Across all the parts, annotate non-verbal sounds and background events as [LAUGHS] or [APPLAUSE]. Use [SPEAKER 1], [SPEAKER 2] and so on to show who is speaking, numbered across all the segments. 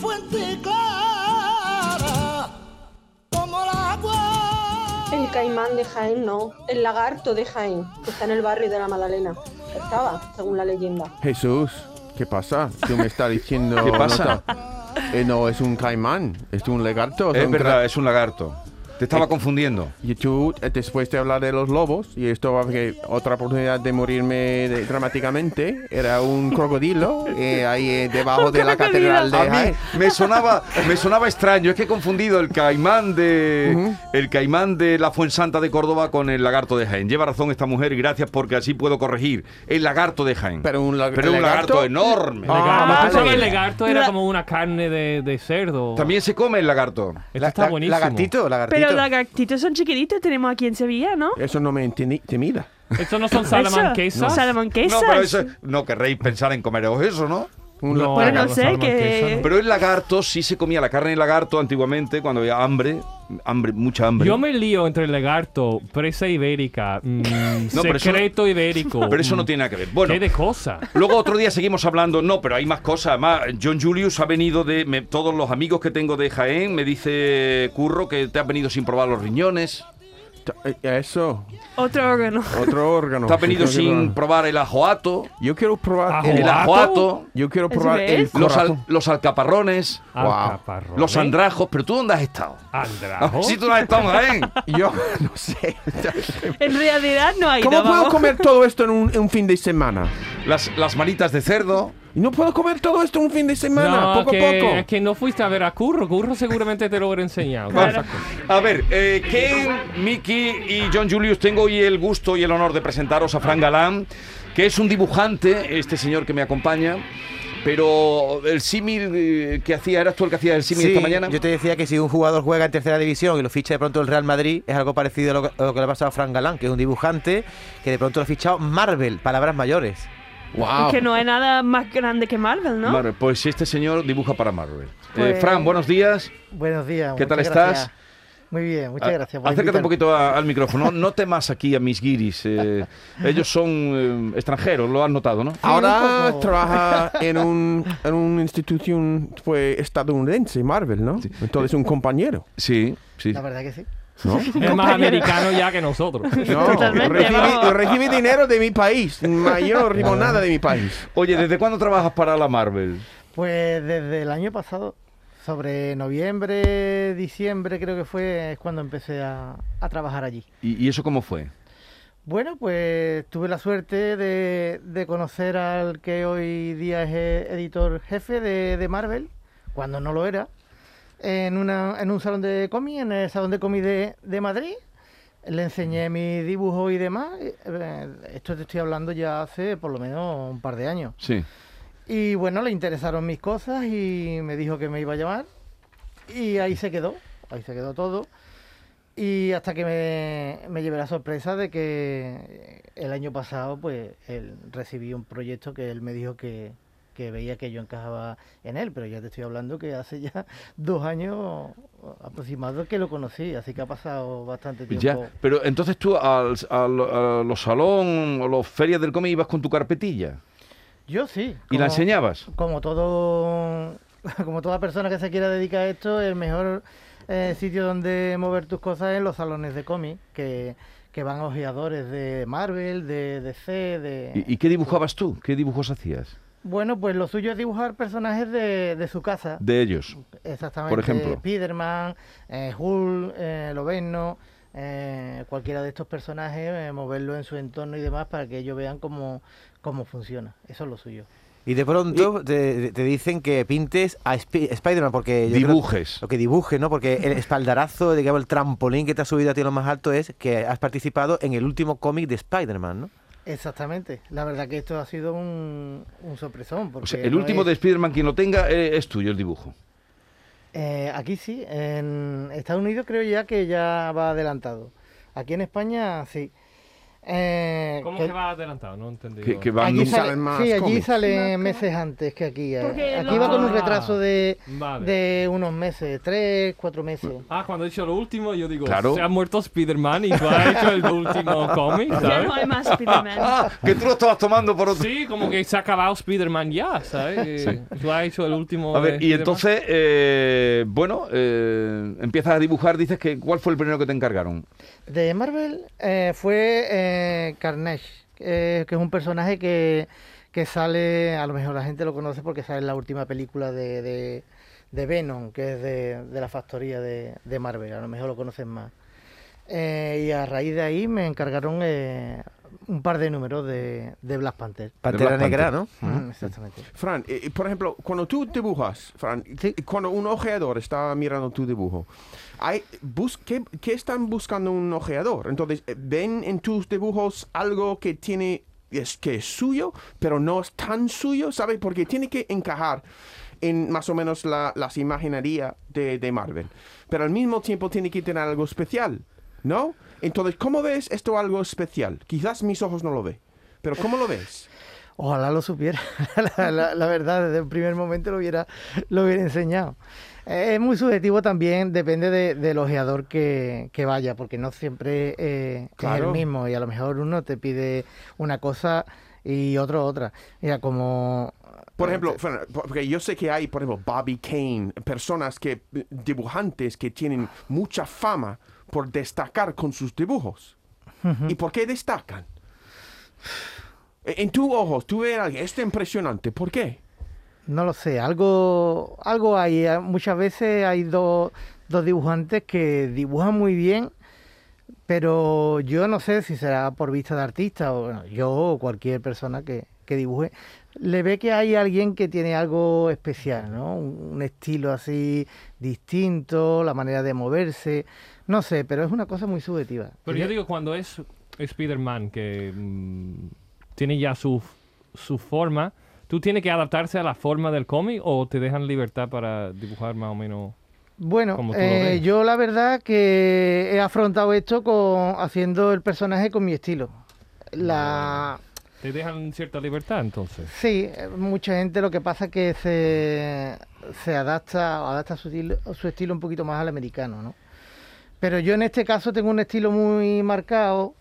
[SPEAKER 1] fuente clara como el agua.
[SPEAKER 2] El caimán de Jaén, no. El lagarto de Jaén, que está en el barrio de la Madalena. Estaba, según la leyenda.
[SPEAKER 3] Jesús, ¿qué pasa? Tú me estás diciendo.
[SPEAKER 4] ¿Qué pasa?
[SPEAKER 3] nota. Eh, no, es un caimán, es un lagarto.
[SPEAKER 4] Es
[SPEAKER 3] un
[SPEAKER 4] verdad, es un lagarto. Te estaba
[SPEAKER 3] Eh,
[SPEAKER 4] confundiendo.
[SPEAKER 3] cra- Y tú, eh, después de hablar de los lobos, y esto va a ser otra oportunidad de morirme de- dramáticamente, era un crocodilo eh, ahí eh, debajo de la
[SPEAKER 5] crocodilo.
[SPEAKER 3] catedral de
[SPEAKER 4] A mí
[SPEAKER 3] Jaén.
[SPEAKER 4] me sonaba, me sonaba extraño. Es que he confundido el caimán de el caimán de la Fuensanta de Córdoba con el lagarto de Jaén. Lleva razón esta mujer y gracias porque así puedo corregir. El lagarto de Jaén.
[SPEAKER 3] Pero un lag-
[SPEAKER 4] Pero un
[SPEAKER 3] lagarto-
[SPEAKER 4] lagarto, enorme.
[SPEAKER 3] Ah,
[SPEAKER 5] Además,
[SPEAKER 3] vale.
[SPEAKER 5] pensaba que el lagarto era
[SPEAKER 2] La-
[SPEAKER 5] como una carne de, de cerdo.
[SPEAKER 4] También se come el lagarto.
[SPEAKER 5] Esto
[SPEAKER 6] La-
[SPEAKER 5] está
[SPEAKER 6] la-
[SPEAKER 5] buenísimo.
[SPEAKER 6] Lagartito,
[SPEAKER 7] Pero
[SPEAKER 6] lagartito.
[SPEAKER 7] los lagartitos son chiquititos, tenemos aquí en Sevilla, ¿no?
[SPEAKER 3] Eso no me intimi- intimida.
[SPEAKER 5] ¿Estos no son salamanquesas?
[SPEAKER 7] Eso,
[SPEAKER 4] No,
[SPEAKER 7] Salamanquesas.
[SPEAKER 4] pero eso, no querréis pensar en comeros eso, ¿no?
[SPEAKER 3] Un
[SPEAKER 5] No,
[SPEAKER 7] Bueno,
[SPEAKER 5] no
[SPEAKER 7] no sé,
[SPEAKER 5] salamanquesas,
[SPEAKER 7] que-
[SPEAKER 5] no.
[SPEAKER 4] Pero el lagarto sí se comía la carne de lagarto antiguamente cuando había hambre, hambre, mucha hambre.
[SPEAKER 5] Yo me lío entre lagarto, presa ibérica, mm,
[SPEAKER 4] [LAUGHS] No, pero eso-
[SPEAKER 5] secreto ibérico.
[SPEAKER 4] [LAUGHS] Pero eso no
[SPEAKER 5] mm,
[SPEAKER 4] tiene nada que ver. Bueno,
[SPEAKER 5] ¿Qué de cosa?
[SPEAKER 4] Luego otro día seguimos hablando, no, pero hay más cosas. Además, John Julius ha venido de. me- todos los amigos que tengo de Jaén me dice Curro que te has venido sin probar los riñones,
[SPEAKER 3] Ta- eh, Eso,
[SPEAKER 7] Otro órgano.
[SPEAKER 3] otro órgano.
[SPEAKER 4] te has venido
[SPEAKER 3] Entonces,
[SPEAKER 4] sin
[SPEAKER 3] bueno,
[SPEAKER 4] probar el ajoato,
[SPEAKER 3] Yo quiero probar el,
[SPEAKER 4] el ajoato,
[SPEAKER 3] Yo quiero
[SPEAKER 7] ¿Eso
[SPEAKER 3] probar el
[SPEAKER 7] es?
[SPEAKER 4] los, al-
[SPEAKER 3] corazón.
[SPEAKER 4] los alcaparrones,
[SPEAKER 3] Wow.
[SPEAKER 5] Alcaparrones,
[SPEAKER 4] los andrajos. Pero tú dónde has estado? [LAUGHS]
[SPEAKER 5] Andrajo.
[SPEAKER 4] Si tú no has estado en Jaén.
[SPEAKER 3] Yo [LAUGHS] no sé.
[SPEAKER 7] En realidad no hay
[SPEAKER 3] ¿Cómo
[SPEAKER 7] nada,
[SPEAKER 3] puedo
[SPEAKER 7] vamos.
[SPEAKER 3] comer todo esto en un, en un fin de semana?
[SPEAKER 4] Las, las manitas de cerdo.
[SPEAKER 3] No puedo comer todo esto en un fin de semana,
[SPEAKER 5] No,
[SPEAKER 3] poco
[SPEAKER 5] que,
[SPEAKER 3] a poco.
[SPEAKER 5] es que no fuiste a ver a Curro. Curro seguramente te lo habrá enseñado. Esas cosas.
[SPEAKER 4] A ver, eh, Ken, Mickey y John Julius, tengo hoy el gusto y el honor de presentaros a Fran Galán, que es un dibujante, este señor que me acompaña. Pero el símil eh, que hacía, ¿eras tú el que hacía el símil
[SPEAKER 6] Sí,
[SPEAKER 4] esta mañana?
[SPEAKER 6] yo te decía que si un jugador juega en tercera división y lo ficha de pronto el Real Madrid, es algo parecido a lo, que- a lo que le ha pasado a Fran Galán, que es un dibujante que de pronto lo ha fichado Marvel, palabras mayores.
[SPEAKER 3] Wow.
[SPEAKER 7] Es [LAUGHS] que no hay nada más grande que Marvel, ¿no?
[SPEAKER 4] Marvel, pues este señor dibuja para Marvel. Eh,
[SPEAKER 7] Pues-
[SPEAKER 4] Fran, buenos días.
[SPEAKER 8] Buenos días.
[SPEAKER 4] ¿Qué tal
[SPEAKER 8] muchas
[SPEAKER 4] estás?
[SPEAKER 8] gracias. Muy bien, muchas
[SPEAKER 4] A-
[SPEAKER 8] gracias. por
[SPEAKER 4] Acércate un
[SPEAKER 8] invitarme.
[SPEAKER 4] poquito a- al micrófono. No temas aquí a mis guiris.
[SPEAKER 8] [LAUGHS]
[SPEAKER 4] eh, ellos son eh, extranjeros, lo has notado, ¿no?
[SPEAKER 3] Ahora
[SPEAKER 8] un
[SPEAKER 5] [LAUGHS]
[SPEAKER 8] poco.
[SPEAKER 3] trabaja en, un, en una institución pues, estadounidense, Marvel, ¿no? Entonces un compañero,
[SPEAKER 4] Sí, sí.
[SPEAKER 8] La verdad que sí.
[SPEAKER 7] [LAUGHS]
[SPEAKER 3] ¿no?
[SPEAKER 5] Es más americano ya
[SPEAKER 4] [LAUGHS]
[SPEAKER 5] que nosotros.
[SPEAKER 3] No,
[SPEAKER 7] Totalmente,
[SPEAKER 3] recibe,
[SPEAKER 7] vamos.
[SPEAKER 3] recibe dinero de mi país,
[SPEAKER 7] [LAUGHS]
[SPEAKER 3] mayor limonada de mi país.
[SPEAKER 4] Oye, ¿desde cuándo trabajas para la Marvel?
[SPEAKER 8] Pues desde el año pasado, sobre noviembre, diciembre creo que fue, es cuando empecé a, a trabajar allí.
[SPEAKER 4] ¿Y, y eso cómo fue?
[SPEAKER 8] Bueno, pues tuve la suerte de, de conocer al que hoy día es eh, editor jefe de, de Marvel, cuando no lo era, en, una, en un salón de cómic, en el salón de cómic de, de Madrid. Le enseñé mi dibujo y demás. eh, Esto te estoy hablando ya hace por lo menos un par de años.
[SPEAKER 4] Sí.
[SPEAKER 8] Y bueno, le interesaron mis cosas y me dijo que me iba a llamar. Y ahí se quedó, ahí se quedó todo. Y hasta que me, me llevé la sorpresa de que el año pasado, pues, él recibí un proyecto que él me dijo que, que veía que yo encajaba en él, pero ya te estoy hablando que hace ya [LAUGHS] dos años aproximados que lo conocí, así que ha pasado bastante tiempo.
[SPEAKER 4] Ya, pero entonces tú al, al- a los salón o las ferias del cómic ibas con tu carpetilla
[SPEAKER 8] Yo sí.
[SPEAKER 4] y la
[SPEAKER 8] como-
[SPEAKER 4] enseñabas.
[SPEAKER 8] como todo [LAUGHS] como toda persona que se quiera dedicar a esto el mejor eh, sitio donde mover tus cosas es los salones de cómic que, que van ojeadores de Marvel de DC de
[SPEAKER 4] ¿Y, y qué dibujabas tú? ¿Qué dibujos hacías
[SPEAKER 8] bueno pues lo suyo es dibujar personajes de, de su casa
[SPEAKER 4] de ellos?
[SPEAKER 8] exactamente
[SPEAKER 4] por ejemplo.
[SPEAKER 8] Spiderman eh, Hulk eh, Lobezno eh, cualquiera de estos personajes eh, moverlo en su entorno y demás para que ellos vean cómo cómo funciona eso es lo suyo
[SPEAKER 6] Y de pronto te, te dicen que pintes a Spi- Spider-Man porque... yo creo-
[SPEAKER 4] Dibujes.
[SPEAKER 6] o que dibujes, ¿no? Porque el espaldarazo, digamos, el trampolín que te ha subido a ti a lo más alto es que has participado en el último cómic de Spider-Man, ¿no?
[SPEAKER 8] Exactamente. La verdad que esto ha sido un, un sorpresón. Porque
[SPEAKER 4] O sea, el
[SPEAKER 8] no
[SPEAKER 4] último
[SPEAKER 8] es-
[SPEAKER 4] de Spider-Man, quien lo tenga, eh, es tuyo el dibujo.
[SPEAKER 8] Eh, aquí sí, en Estados Unidos creo ya que ya va adelantado. Aquí en España sí. Eh,
[SPEAKER 5] ¿Cómo
[SPEAKER 8] que-
[SPEAKER 5] que va adelantado? No he entendido.
[SPEAKER 4] Que, que van
[SPEAKER 8] allí
[SPEAKER 4] un-
[SPEAKER 3] nunca
[SPEAKER 8] sale,
[SPEAKER 3] en más
[SPEAKER 8] sí, allí
[SPEAKER 3] cómics.
[SPEAKER 8] sale meses antes que aquí. eh.
[SPEAKER 7] Porque
[SPEAKER 8] Aquí
[SPEAKER 7] lo-
[SPEAKER 8] va con un retraso de,
[SPEAKER 5] Vale.
[SPEAKER 8] de unos meses, tres, cuatro meses.
[SPEAKER 5] Ah, cuando he dicho lo último, yo digo,
[SPEAKER 4] Claro.
[SPEAKER 5] se ha muerto Spider-Man y tú has hecho el
[SPEAKER 4] [LAUGHS]
[SPEAKER 5] último cómic,
[SPEAKER 7] Ya
[SPEAKER 5] ¿sabes?
[SPEAKER 7] no hay más Spider-Man.
[SPEAKER 4] Ah, que tú lo estabas tomando por otro.
[SPEAKER 5] Sí, como que se ha acabado Spider-Man ya, ¿sabes? Y Tú has hecho el último.
[SPEAKER 4] A
[SPEAKER 5] de
[SPEAKER 4] ver, y
[SPEAKER 5] Spider-Man.
[SPEAKER 4] entonces, eh, bueno, eh, empiezas a dibujar, dices que ¿cuál fue el primero que te encargaron?
[SPEAKER 8] De Marvel eh, fue eh, Carnage, eh, que es un personaje que, que sale, a lo mejor la gente lo conoce porque sale en la última película de, de, de Venom, que es de, de la factoría de, de Marvel, a lo mejor lo conocen más. Eh, y a raíz de ahí me encargaron eh, un par de números de, de Black Panther.
[SPEAKER 6] Pantera
[SPEAKER 4] Black
[SPEAKER 6] negra,
[SPEAKER 4] Panther.
[SPEAKER 6] ¿no?
[SPEAKER 8] Mm, Exactamente.
[SPEAKER 3] Fran, eh, eh, por ejemplo, cuando tú dibujas, Fran, eh, cuando un ojeador está mirando tu dibujo, hay, bus- ¿qué, qué están buscando un ojeador? Entonces, eh, ¿ven en tus dibujos algo que tiene es que es suyo, pero no es tan suyo, ¿sabes? Porque tiene que encajar en más o menos la, las imaginería de, de Marvel. Pero al mismo tiempo tiene que tener algo especial, ¿no? Entonces, ¿cómo ves esto algo especial? Quizás mis ojos no lo ve, pero ¿cómo lo ves?
[SPEAKER 8] Ojalá lo supiera, [LAUGHS] la, la- la verdad, desde el primer momento lo hubiera, lo hubiera enseñado. Eh, es muy subjetivo también, depende de- del ojeador que, que vaya, porque no siempre eh, es
[SPEAKER 3] Claro.
[SPEAKER 8] el mismo y a lo mejor uno te pide una cosa y otro otra. Mira, como...
[SPEAKER 3] Por ejemplo, Fran, porque yo sé que hay, por ejemplo, Bobby Kane, personas que, eh, dibujantes que tienen mucha fama por destacar con sus dibujos. ¿Y por qué destacan? E- En tus ojos, tú ves a alguien, esto es impresionante, ¿por qué?
[SPEAKER 8] No lo sé, algo, algo hay. eh, Muchas veces hay dos, dos dibujantes que dibujan muy bien, pero yo no sé si será por vista de artista o bueno, yo o cualquier persona que, que dibuje, le ve que hay alguien que tiene algo especial, ¿no? Un, un estilo así distinto, la manera de moverse, no sé, pero es una cosa muy subjetiva.
[SPEAKER 5] Pero yo digo, cuando es Spider-Man, que mm, tiene ya su, su forma, ¿tú tienes que adaptarse a la forma del cómic o te dejan libertad para dibujar más o menos?
[SPEAKER 8] Bueno,
[SPEAKER 5] como tú lo
[SPEAKER 8] eh,
[SPEAKER 5] ves.
[SPEAKER 8] yo la verdad que he afrontado esto con haciendo el personaje con mi estilo. La
[SPEAKER 5] ¿Te dejan cierta libertad entonces?
[SPEAKER 8] sí, eh, mucha gente lo que pasa es que se, se adapta o adapta su, til- su estilo un poquito más al americano, ¿no? Pero yo en este caso tengo un estilo muy marcado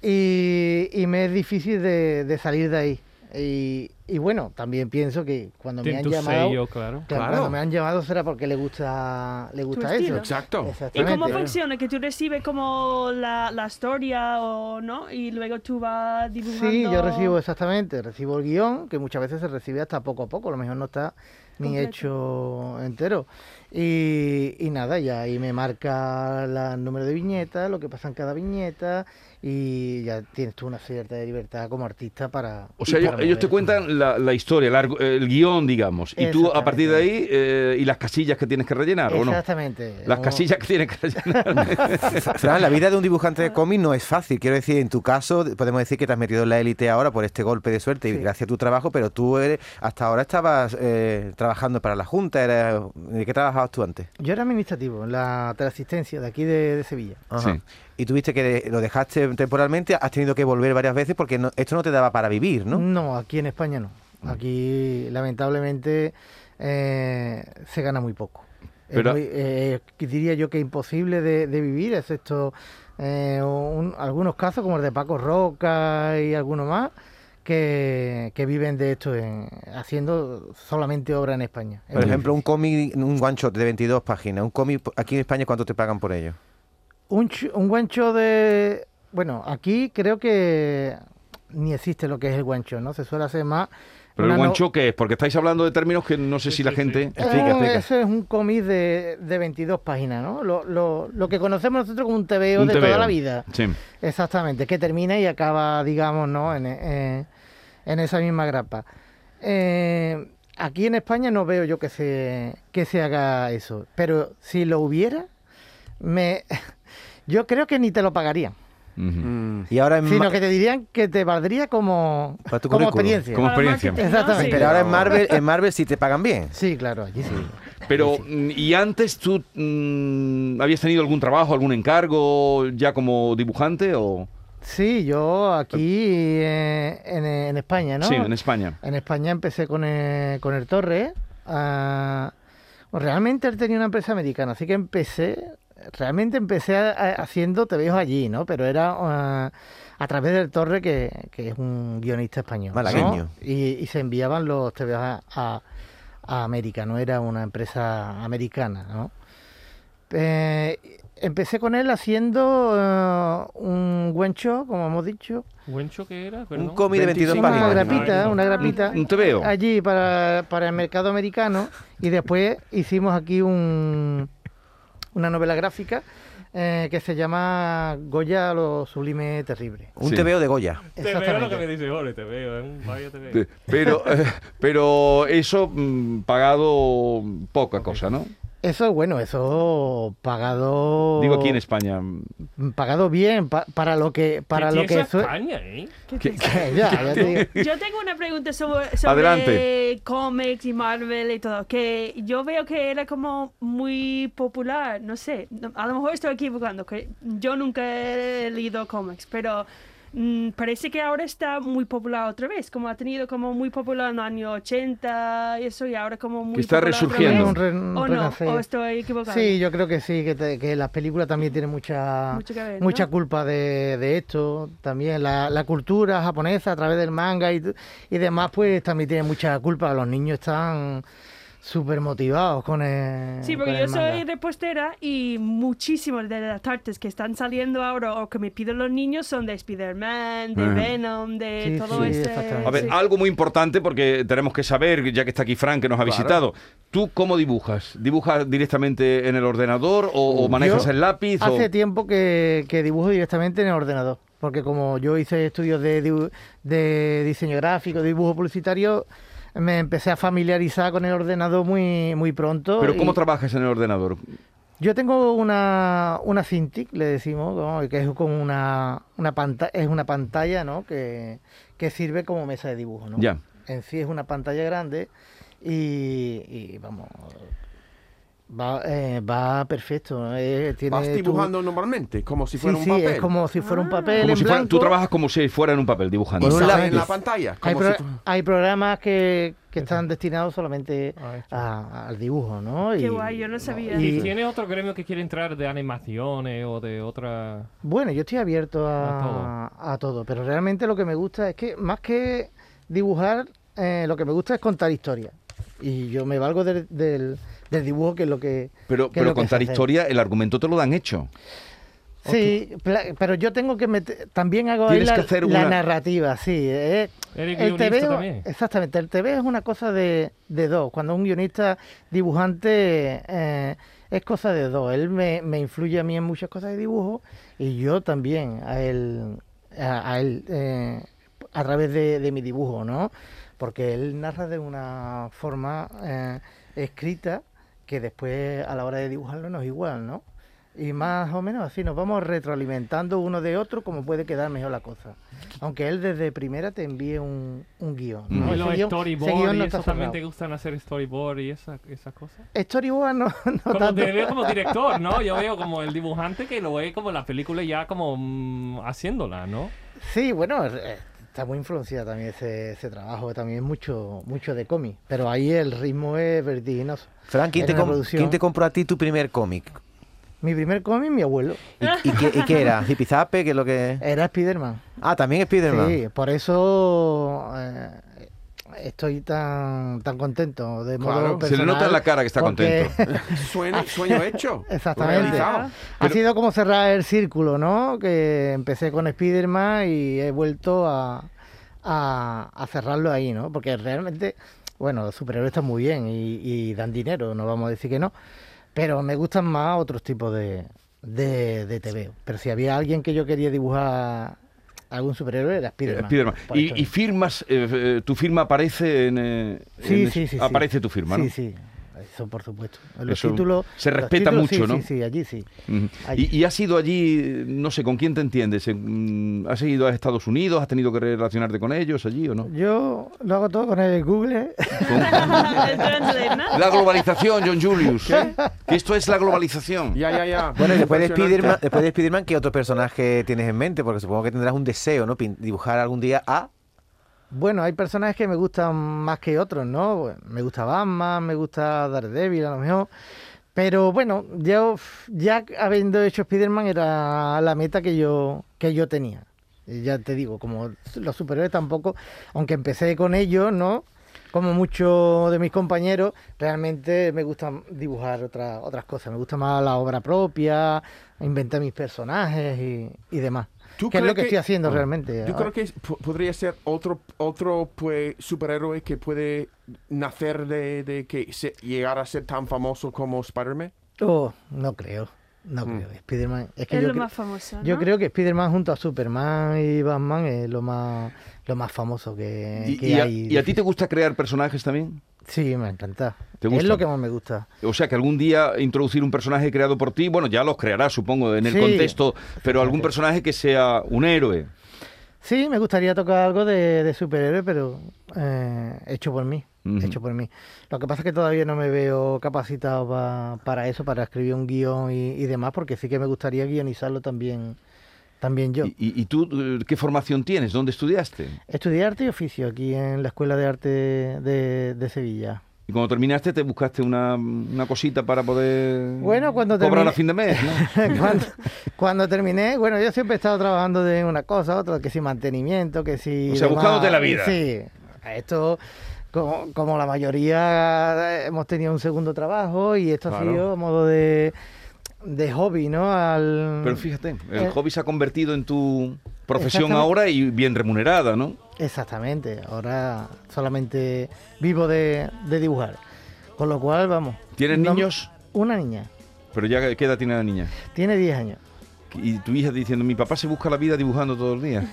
[SPEAKER 8] y, y me es difícil de, de salir de ahí. Y, y bueno, también pienso que cuando me
[SPEAKER 5] Tiene
[SPEAKER 8] han
[SPEAKER 5] tu
[SPEAKER 8] llamado,
[SPEAKER 5] sello, claro.
[SPEAKER 8] claro,
[SPEAKER 3] Claro.
[SPEAKER 8] cuando me han llamado será porque le gusta le gusta eso.
[SPEAKER 7] estilo.
[SPEAKER 3] Exacto.
[SPEAKER 7] ¿Y cómo
[SPEAKER 8] Exactamente.
[SPEAKER 7] funciona? Que tú recibes como la, la historia o no, y luego tú vas dibujando.
[SPEAKER 8] Sí, yo recibo exactamente, recibo el guión, que muchas veces se recibe hasta poco a poco, a lo mejor no está ni
[SPEAKER 7] Completo.
[SPEAKER 8] hecho entero. Y, y nada, ya ahí me marca la- el número de viñetas, lo que pasa en cada viñeta, y ya tienes tú una cierta libertad como artista para...
[SPEAKER 4] O sea,
[SPEAKER 8] y
[SPEAKER 4] ellos,
[SPEAKER 8] para
[SPEAKER 4] ellos te
[SPEAKER 8] mover.
[SPEAKER 4] cuentan la, la historia, el, argu- el guión, digamos, y tú a partir de ahí, eh, y las casillas que tienes que rellenar, ¿o no?
[SPEAKER 8] Exactamente.
[SPEAKER 4] Las
[SPEAKER 8] como-
[SPEAKER 4] casillas que tienes que rellenar.
[SPEAKER 8] [LAUGHS]
[SPEAKER 6] Fran, la vida de un dibujante
[SPEAKER 8] Ah.
[SPEAKER 6] de cómic no es fácil. Quiero decir, en tu caso, podemos decir que te has metido en la élite ahora por este golpe de suerte y
[SPEAKER 8] Sí.
[SPEAKER 6] gracias a tu trabajo, pero tú eres, hasta ahora estabas eh, trabajando para la Junta. eras- ¿De qué trabajabas tú antes?
[SPEAKER 8] Yo era administrativo en la teleasistencia de aquí de- de Sevilla.
[SPEAKER 6] Ajá.
[SPEAKER 4] Sí.
[SPEAKER 6] Y tuviste que de- lo dejaste temporalmente, has tenido que volver varias veces porque no- esto no te daba para vivir, ¿no?
[SPEAKER 8] Mm. aquí en España no. Aquí, lamentablemente, eh, se gana muy poco. Es
[SPEAKER 4] Pero-
[SPEAKER 8] muy- eh, diría yo que imposible de, de vivir, excepto eh, un- algunos casos como el de Paco Roca y algunos más, que, que viven de esto, en- haciendo solamente obra en España. Es
[SPEAKER 6] Por
[SPEAKER 8] muy
[SPEAKER 6] ejemplo, un
[SPEAKER 8] difícil.
[SPEAKER 6] cómic, un one shot de 22 páginas, un cómic aquí en España, ¿cuánto te pagan por ello?
[SPEAKER 8] un, ch- un guancho de... Bueno, aquí creo que ni existe lo que es el guancho, ¿no? Se suele hacer más...
[SPEAKER 4] Pero el
[SPEAKER 8] una no-
[SPEAKER 4] guancho, ¿qué es? Porque estáis hablando de términos que no sé si la gente...
[SPEAKER 6] Explica,
[SPEAKER 8] Eh,
[SPEAKER 6] explica.
[SPEAKER 8] Ese es un cómic de, de 22 páginas, ¿no? Lo, lo- lo que conocemos nosotros como un TVO
[SPEAKER 4] Un
[SPEAKER 8] de
[SPEAKER 4] TVO.
[SPEAKER 8] toda la vida.
[SPEAKER 4] Sí.
[SPEAKER 8] Exactamente, que termina y acaba, digamos, ¿no? En, eh, en esa misma grapa. Eh, aquí en España no veo yo que se, que se haga eso. Pero si lo hubiera, me... [LAUGHS] Yo creo que ni te lo pagarían, Mm.
[SPEAKER 4] Ujú.
[SPEAKER 3] Mm,
[SPEAKER 6] Y ahora en Ma-
[SPEAKER 8] sino que te dirían que te valdría como,
[SPEAKER 6] Para tu
[SPEAKER 8] como
[SPEAKER 6] currículum.
[SPEAKER 8] experiencia.
[SPEAKER 4] Como
[SPEAKER 7] Para el
[SPEAKER 4] experiencia.
[SPEAKER 7] marketing, ¿no?
[SPEAKER 8] Exactamente.
[SPEAKER 6] pero ahora en Marvel, en Marvel sí te pagan
[SPEAKER 8] [LAUGHS]
[SPEAKER 6] bien.
[SPEAKER 8] Sí, claro, allí sí.
[SPEAKER 4] Pero, mm, ¿y antes tú mm, habías tenido algún trabajo, algún encargo ya como dibujante o...?
[SPEAKER 8] Sí, yo aquí eh, en, en España, ¿no?
[SPEAKER 4] Sí, en España.
[SPEAKER 8] En España empecé con el, con el Torre. ¿eh? ah, realmente él tenía una empresa americana, así que empecé, realmente empecé a- a- haciendo Te veo allí, ¿no? Pero era ah, a través del Torre, que, que es un guionista español. ¿no?
[SPEAKER 6] Malagueño.
[SPEAKER 8] Y, y se enviaban los Te a, a- a América, no era una empresa americana, ¿no? Eh, empecé con él haciendo ah, un buen show, como hemos dicho,
[SPEAKER 5] ¿Wencho qué era? Perdón.
[SPEAKER 6] Un cómic de 22
[SPEAKER 8] una
[SPEAKER 6] páginas.
[SPEAKER 8] grapita,
[SPEAKER 5] Imagino.
[SPEAKER 8] una grapita.
[SPEAKER 4] Un TVO.
[SPEAKER 8] Allí para, para el mercado americano. Y después hicimos aquí un, una novela gráfica eh, que se llama Goya a lo sublime terrible.
[SPEAKER 6] Un
[SPEAKER 4] Sí.
[SPEAKER 6] TVO de Goya.
[SPEAKER 5] Te veo lo que me
[SPEAKER 8] Exactamente.
[SPEAKER 5] dice Jorge, te veo, es un vaya te veo.
[SPEAKER 4] Pe- Pero, [LAUGHS] eh, pero eso mm, pagado mm, poca cosa, ¿no?
[SPEAKER 8] Eso, bueno, eso pagado.
[SPEAKER 4] Digo aquí en España. mm,
[SPEAKER 8] Pagado bien, pa- para lo que. Para
[SPEAKER 5] Qué
[SPEAKER 8] lo que
[SPEAKER 5] tiesa
[SPEAKER 8] eso-
[SPEAKER 5] España, ¿eh?
[SPEAKER 7] ¿Qué
[SPEAKER 4] ¿Qué-
[SPEAKER 7] te-
[SPEAKER 8] [LAUGHS] Ya, ya te digo.
[SPEAKER 7] Yo tengo una pregunta sobre, sobre
[SPEAKER 4] Adelante.
[SPEAKER 7] cómics y Marvel y todo, que yo veo que era como muy popular, no sé, no- a lo mejor estoy equivocando, que yo nunca he leído cómics, pero mm, parece que ahora está muy popular otra vez, como ha tenido como muy popular en los años 80 y eso, y ahora como muy
[SPEAKER 4] Que está
[SPEAKER 7] popular otra
[SPEAKER 4] resurgiendo.
[SPEAKER 7] vez.
[SPEAKER 8] Un re- un
[SPEAKER 7] o no,
[SPEAKER 8] renacer.
[SPEAKER 7] o estoy equivocado.
[SPEAKER 8] Sí, yo creo que sí, que, te- que las películas también tienen mucha,
[SPEAKER 7] Mucho que ver,
[SPEAKER 8] mucha
[SPEAKER 7] ¿no?
[SPEAKER 8] culpa de, de esto. También la, la cultura japonesa a través del manga y, t- y demás, pues también tiene mucha culpa. Los niños están súper motivados con el.
[SPEAKER 7] Sí,
[SPEAKER 8] Eh, con
[SPEAKER 7] porque yo
[SPEAKER 8] el manga.
[SPEAKER 7] soy repostera y muchísimas de las tartas que están saliendo ahora o que me piden los niños son de Spider-Man, de
[SPEAKER 4] Ajá.
[SPEAKER 7] Venom, de
[SPEAKER 8] Sí,
[SPEAKER 7] todo este ese...
[SPEAKER 8] sí, exactamente.
[SPEAKER 4] A ver,
[SPEAKER 7] sí.
[SPEAKER 4] algo muy importante porque tenemos que saber, ya que está aquí Frank, que nos ha visitado. ¿Tú cómo dibujas? ¿Dibujas directamente en el ordenador o, o manejas
[SPEAKER 8] Yo
[SPEAKER 4] el lápiz? o-
[SPEAKER 8] Hace tiempo que, que dibujo directamente en el ordenador, porque como yo hice estudios de, dibu- de diseño gráfico, de dibujo publicitario, me empecé a familiarizar con el ordenador muy, muy pronto.
[SPEAKER 4] Pero ¿cómo
[SPEAKER 8] y-
[SPEAKER 4] trabajas en el ordenador?
[SPEAKER 8] Yo tengo una, una Cintiq, le decimos, ¿no? que es como una, una pantalla, es una pantalla, ¿no? Que, que sirve como mesa de dibujo, ¿no?
[SPEAKER 4] Ya.
[SPEAKER 8] En sí es una pantalla grande y, y vamos, va, eh, va perfecto. ¿no? Eh, tiene
[SPEAKER 3] Vas
[SPEAKER 8] tu-
[SPEAKER 3] dibujando normalmente, como si
[SPEAKER 8] Sí,
[SPEAKER 3] fuera
[SPEAKER 8] sí,
[SPEAKER 3] un papel.
[SPEAKER 8] es como si
[SPEAKER 7] Ah.
[SPEAKER 8] fuera un papel
[SPEAKER 4] Como
[SPEAKER 8] en
[SPEAKER 4] si fuera-
[SPEAKER 8] blanco.
[SPEAKER 4] tú trabajas como si fuera en un papel dibujando.
[SPEAKER 6] Con un
[SPEAKER 3] Sale
[SPEAKER 6] lápiz.
[SPEAKER 3] en la pantalla.
[SPEAKER 8] Hay,
[SPEAKER 3] como
[SPEAKER 8] pro-
[SPEAKER 3] si fu-
[SPEAKER 8] hay programas que, que están destinados solamente
[SPEAKER 5] Ah, esto.
[SPEAKER 8] a- al dibujo, ¿no?
[SPEAKER 7] Qué
[SPEAKER 8] Y-
[SPEAKER 7] guay, yo no sabía.
[SPEAKER 5] ¿Y
[SPEAKER 8] Y-
[SPEAKER 5] tiene otro gremio que quiere entrar de animaciones o de otra...?
[SPEAKER 8] Bueno, yo estoy abierto
[SPEAKER 5] A
[SPEAKER 8] a, a todo. pero realmente lo que me gusta es que más que dibujar, eh, lo que me gusta es contar historias. Y yo me valgo del, del- del dibujo, que es lo que...
[SPEAKER 4] Pero,
[SPEAKER 8] que es
[SPEAKER 4] pero
[SPEAKER 8] lo que
[SPEAKER 4] contar
[SPEAKER 8] sé hacer.
[SPEAKER 4] historia, el argumento te lo dan hecho.
[SPEAKER 8] Sí, pla- pero yo tengo que meter... También hago ahí
[SPEAKER 4] Tienes
[SPEAKER 8] la,
[SPEAKER 4] que hacer
[SPEAKER 8] la
[SPEAKER 4] una-
[SPEAKER 8] narrativa, sí. eh.
[SPEAKER 5] Eres
[SPEAKER 8] el
[SPEAKER 5] guionista
[SPEAKER 8] TVO
[SPEAKER 5] también.
[SPEAKER 8] Exactamente, el TV es una cosa de, de dos. Cuando un guionista dibujante eh, es cosa de dos. Él me, me influye a mí en muchas cosas de dibujo y yo también a él, a, a él eh, a través de, de mi dibujo, ¿no? Porque él narra de una forma eh, escrita que después a la hora de dibujarlo no es igual, ¿no? Y más o menos así nos vamos retroalimentando uno de otro como puede quedar mejor la cosa. Aunque él desde primera te envíe un, un guión. ¿no?
[SPEAKER 5] ¿Y
[SPEAKER 8] Ese
[SPEAKER 5] los
[SPEAKER 8] guión- ese
[SPEAKER 5] storyboards
[SPEAKER 8] guión
[SPEAKER 5] y
[SPEAKER 8] no
[SPEAKER 5] eso
[SPEAKER 8] está
[SPEAKER 5] también te
[SPEAKER 8] cerrado.
[SPEAKER 5] gustan hacer storyboard y esa- esas cosas?
[SPEAKER 8] Storyboard no, [LAUGHS] no
[SPEAKER 5] Como
[SPEAKER 8] tanto.
[SPEAKER 5] te veo como director, ¿no? Yo veo como el dibujante que lo ve como la película ya como mm, haciéndola, ¿no?
[SPEAKER 8] Sí, bueno, eh, está muy influenciada también ese, ese trabajo, también mucho, mucho de cómic. Pero ahí el ritmo es vertiginoso.
[SPEAKER 6] Frank, ¿quién
[SPEAKER 8] Era
[SPEAKER 6] te,
[SPEAKER 8] una
[SPEAKER 6] com-
[SPEAKER 8] producción.
[SPEAKER 6] quién te compró a ti tu primer cómic?
[SPEAKER 8] Mi primer cómic, mi abuelo,
[SPEAKER 6] ¿Y, y qué, y qué era? ¿Zipizape? ¿Qué es lo que.?
[SPEAKER 8] era Spiderman.
[SPEAKER 6] Ah, también Spiderman.
[SPEAKER 8] Sí, por eso eh, estoy tan, tan contento. De
[SPEAKER 3] Claro,
[SPEAKER 8] modo
[SPEAKER 4] se le nota
[SPEAKER 8] personal,
[SPEAKER 4] en la cara que está
[SPEAKER 8] porque-
[SPEAKER 4] contento.
[SPEAKER 3] Sueño, sueño hecho.
[SPEAKER 8] [LAUGHS] Exactamente.
[SPEAKER 7] [LAUGHS]
[SPEAKER 3] realizado.
[SPEAKER 8] Ha sido como cerrar el círculo, ¿no? Que empecé con Spider-Man y he vuelto a, a- a cerrarlo ahí, ¿no? Porque realmente, bueno, los superhéroes están muy bien y, y dan dinero, no vamos a decir que no. Pero me gustan más otros tipos de, de, de TVO. Pero si había alguien que yo quería dibujar algún superhéroe, era Spider-Man.
[SPEAKER 4] Eh, Spiderman.
[SPEAKER 8] por esto
[SPEAKER 4] Y, y
[SPEAKER 8] mismo.
[SPEAKER 4] firmas, eh, eh, tu firma aparece en... eh,
[SPEAKER 8] Sí,
[SPEAKER 4] en-
[SPEAKER 8] sí, sí, sí.
[SPEAKER 4] Aparece tu firma, ¿no?
[SPEAKER 8] Sí, sí. Eso por supuesto. Los
[SPEAKER 4] Eso
[SPEAKER 8] títulos.
[SPEAKER 4] se
[SPEAKER 8] los
[SPEAKER 4] respeta
[SPEAKER 8] títulos,
[SPEAKER 4] mucho,
[SPEAKER 8] sí,
[SPEAKER 4] ¿no?
[SPEAKER 8] Sí, sí, allí sí.
[SPEAKER 4] Ujú.
[SPEAKER 8] Allí.
[SPEAKER 4] Y, y has ido allí, no sé, ¿con quién te entiendes? Eh, mm, ¿Has ido a Estados Unidos? ¿Has tenido que relacionarte con ellos allí o no?
[SPEAKER 8] Yo lo hago todo con el Google. ¿eh?
[SPEAKER 7] El Translate,
[SPEAKER 8] [LAUGHS]
[SPEAKER 7] ¿no?
[SPEAKER 4] La globalización, John Julius. Que esto es la globalización.
[SPEAKER 3] Ya, ya, ya.
[SPEAKER 6] Bueno, y después de,
[SPEAKER 3] Impresionante.
[SPEAKER 6] Spiderman, después de Spiderman, ¿qué otro personaje tienes en mente? Porque supongo que tendrás un deseo, ¿no? Pin- Dibujar algún día a...
[SPEAKER 8] Bueno, hay personajes que me gustan más que otros, ¿no? Pues, Me gusta Batman, me gusta Daredevil a lo mejor. Pero bueno, yo f- ya habiendo hecho Spider-Man era la meta que yo, que yo tenía. Y ya te digo, como los superhéroes tampoco, aunque empecé con ellos, ¿no? Como muchos de mis compañeros, realmente me gusta dibujar otra- otras cosas. Me gusta más la obra propia, inventar mis personajes y, y demás.
[SPEAKER 3] ¿Tú
[SPEAKER 8] que es
[SPEAKER 3] crees
[SPEAKER 8] lo que,
[SPEAKER 3] que- Ah.
[SPEAKER 8] estoy haciendo realmente.
[SPEAKER 3] Yo
[SPEAKER 8] ahora.
[SPEAKER 3] creo que es- po- podría ser otro, otro pues, superhéroe que puede nacer de, de que se- llegar a ser tan famoso como Spider-Man.
[SPEAKER 8] Oh, no creo. No
[SPEAKER 4] Mm.
[SPEAKER 8] creo. Spider-Man. Es que
[SPEAKER 7] Es
[SPEAKER 8] yo,
[SPEAKER 7] lo
[SPEAKER 8] cre-
[SPEAKER 7] más famoso. ¿no?
[SPEAKER 8] yo creo que Spider-Man junto a Superman y Batman es lo más, lo más famoso que,
[SPEAKER 4] ¿Y,
[SPEAKER 8] que
[SPEAKER 4] y a,
[SPEAKER 8] Eh, hay.
[SPEAKER 4] y a ti te gusta crear personajes también?
[SPEAKER 8] Sí, me encanta.
[SPEAKER 4] ¿Te gusta?
[SPEAKER 8] Es lo que más me gusta.
[SPEAKER 4] O sea, que algún día introducir un personaje creado por ti, bueno, ya los crearás, supongo, en el
[SPEAKER 8] Sí.
[SPEAKER 4] contexto, pero algún personaje que sea un héroe.
[SPEAKER 8] Sí, me gustaría tocar algo de, de superhéroe, pero eh, hecho por mí.
[SPEAKER 4] Ujú.
[SPEAKER 8] Hecho por mí. Lo que pasa es que todavía no me veo capacitado pa- para eso, para escribir un guión y, y demás, porque sí que me gustaría guionizarlo también, también yo.
[SPEAKER 4] ¿Y, y- y tú eh, qué formación tienes? ¿Dónde estudiaste?
[SPEAKER 8] Estudié arte y oficio aquí en la Escuela de Arte de,
[SPEAKER 4] [LAUGHS]
[SPEAKER 8] de Sevilla. [LAUGHS]
[SPEAKER 4] Y cuando terminaste, te buscaste una, una cosita para poder
[SPEAKER 8] Bueno, cuando
[SPEAKER 4] cobrar
[SPEAKER 8] terminé-
[SPEAKER 4] a fin de mes, ¿no?
[SPEAKER 8] [LAUGHS] cuando, cuando terminé, bueno, yo siempre he estado trabajando de una cosa a otra, que si mantenimiento, que si...
[SPEAKER 4] O sea,
[SPEAKER 8] demás.
[SPEAKER 4] buscándote la vida.
[SPEAKER 8] Sí, esto, como, como la mayoría, eh, hemos tenido un segundo trabajo y esto
[SPEAKER 3] Claro.
[SPEAKER 8] ha sido a modo de, de hobby, ¿no? Al,
[SPEAKER 4] Pero fíjate, el
[SPEAKER 8] Eh,
[SPEAKER 4] hobby se ha convertido en tu profesión
[SPEAKER 8] Exactamente.
[SPEAKER 4] ahora y bien remunerada, ¿no?
[SPEAKER 8] Exactamente, ahora solamente vivo de, de dibujar. Con lo cual, vamos.
[SPEAKER 4] ¿Tienes
[SPEAKER 8] no-
[SPEAKER 4] niños?
[SPEAKER 8] Una niña,
[SPEAKER 4] Pero ya, ¿qué edad tiene la niña?
[SPEAKER 8] tiene 10 años.
[SPEAKER 4] Y tu hija diciendo, mi papá se busca la vida dibujando todo el
[SPEAKER 8] [LAUGHS]
[SPEAKER 4] día.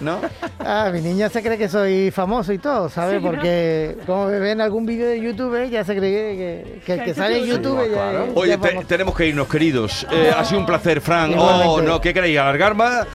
[SPEAKER 4] ¿No?
[SPEAKER 8] Ah, mi niña se cree que soy famoso y todo, ¿sabes?
[SPEAKER 7] Sí, ¿no?
[SPEAKER 8] Porque como me ve en algún vídeo de YouTube, ella se cree que, que- que el que
[SPEAKER 7] Que
[SPEAKER 8] sale en
[SPEAKER 7] tú-
[SPEAKER 8] YouTube ya, es-
[SPEAKER 4] Oye,
[SPEAKER 8] ya es
[SPEAKER 4] te-
[SPEAKER 8] famoso.
[SPEAKER 4] tenemos que irnos, queridos. Eh, ha sido un placer, Fran. Oh,
[SPEAKER 8] Igualmente.
[SPEAKER 4] no, ¿qué queréis? ¿Alargar más?